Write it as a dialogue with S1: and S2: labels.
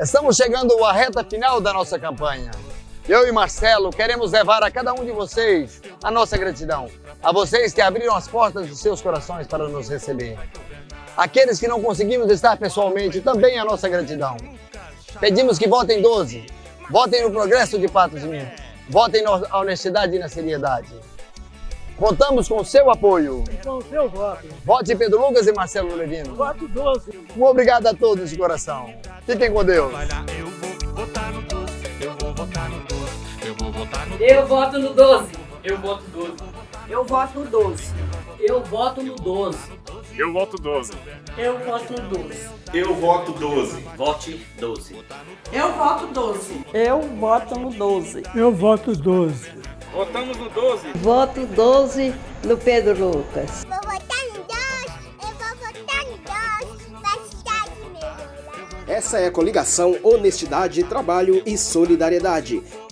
S1: Estamos chegando à reta final da nossa campanha. Eu e Marcelo queremos levar a cada um de vocês a nossa gratidão, a vocês que abriram as portas dos seus corações para nos receber. Aqueles que não conseguimos estar pessoalmente, também a nossa gratidão. Pedimos que votem 12, votem no progresso de Patos de Minas, votem na honestidade e na seriedade. Contamos com o seu apoio.
S2: Com o seu voto.
S1: Vote Pedro Lucas e Marcelo Levino.
S2: Voto 12.
S1: Um obrigado a todos de coração. Fiquem com Deus.
S3: Eu vou votar no 12, eu vou votar no 12, eu vou votar no
S4: Eu voto no 12.
S5: Eu voto 12.
S6: Eu voto no 12.
S4: Eu voto no 12.
S7: Eu voto 12.
S8: Eu voto 12.
S9: Eu voto 12.
S10: Vote 12.
S11: Eu voto no 12.
S6: Eu voto 12.
S2: Eu voto 12.
S5: Votamos no 12.
S12: Voto 12 no Pedro Lucas.
S13: Vou votar no 12. Eu vou votar no 12. Vai cidade melhorar.
S14: Essa é a coligação Honestidade, Trabalho e Solidariedade.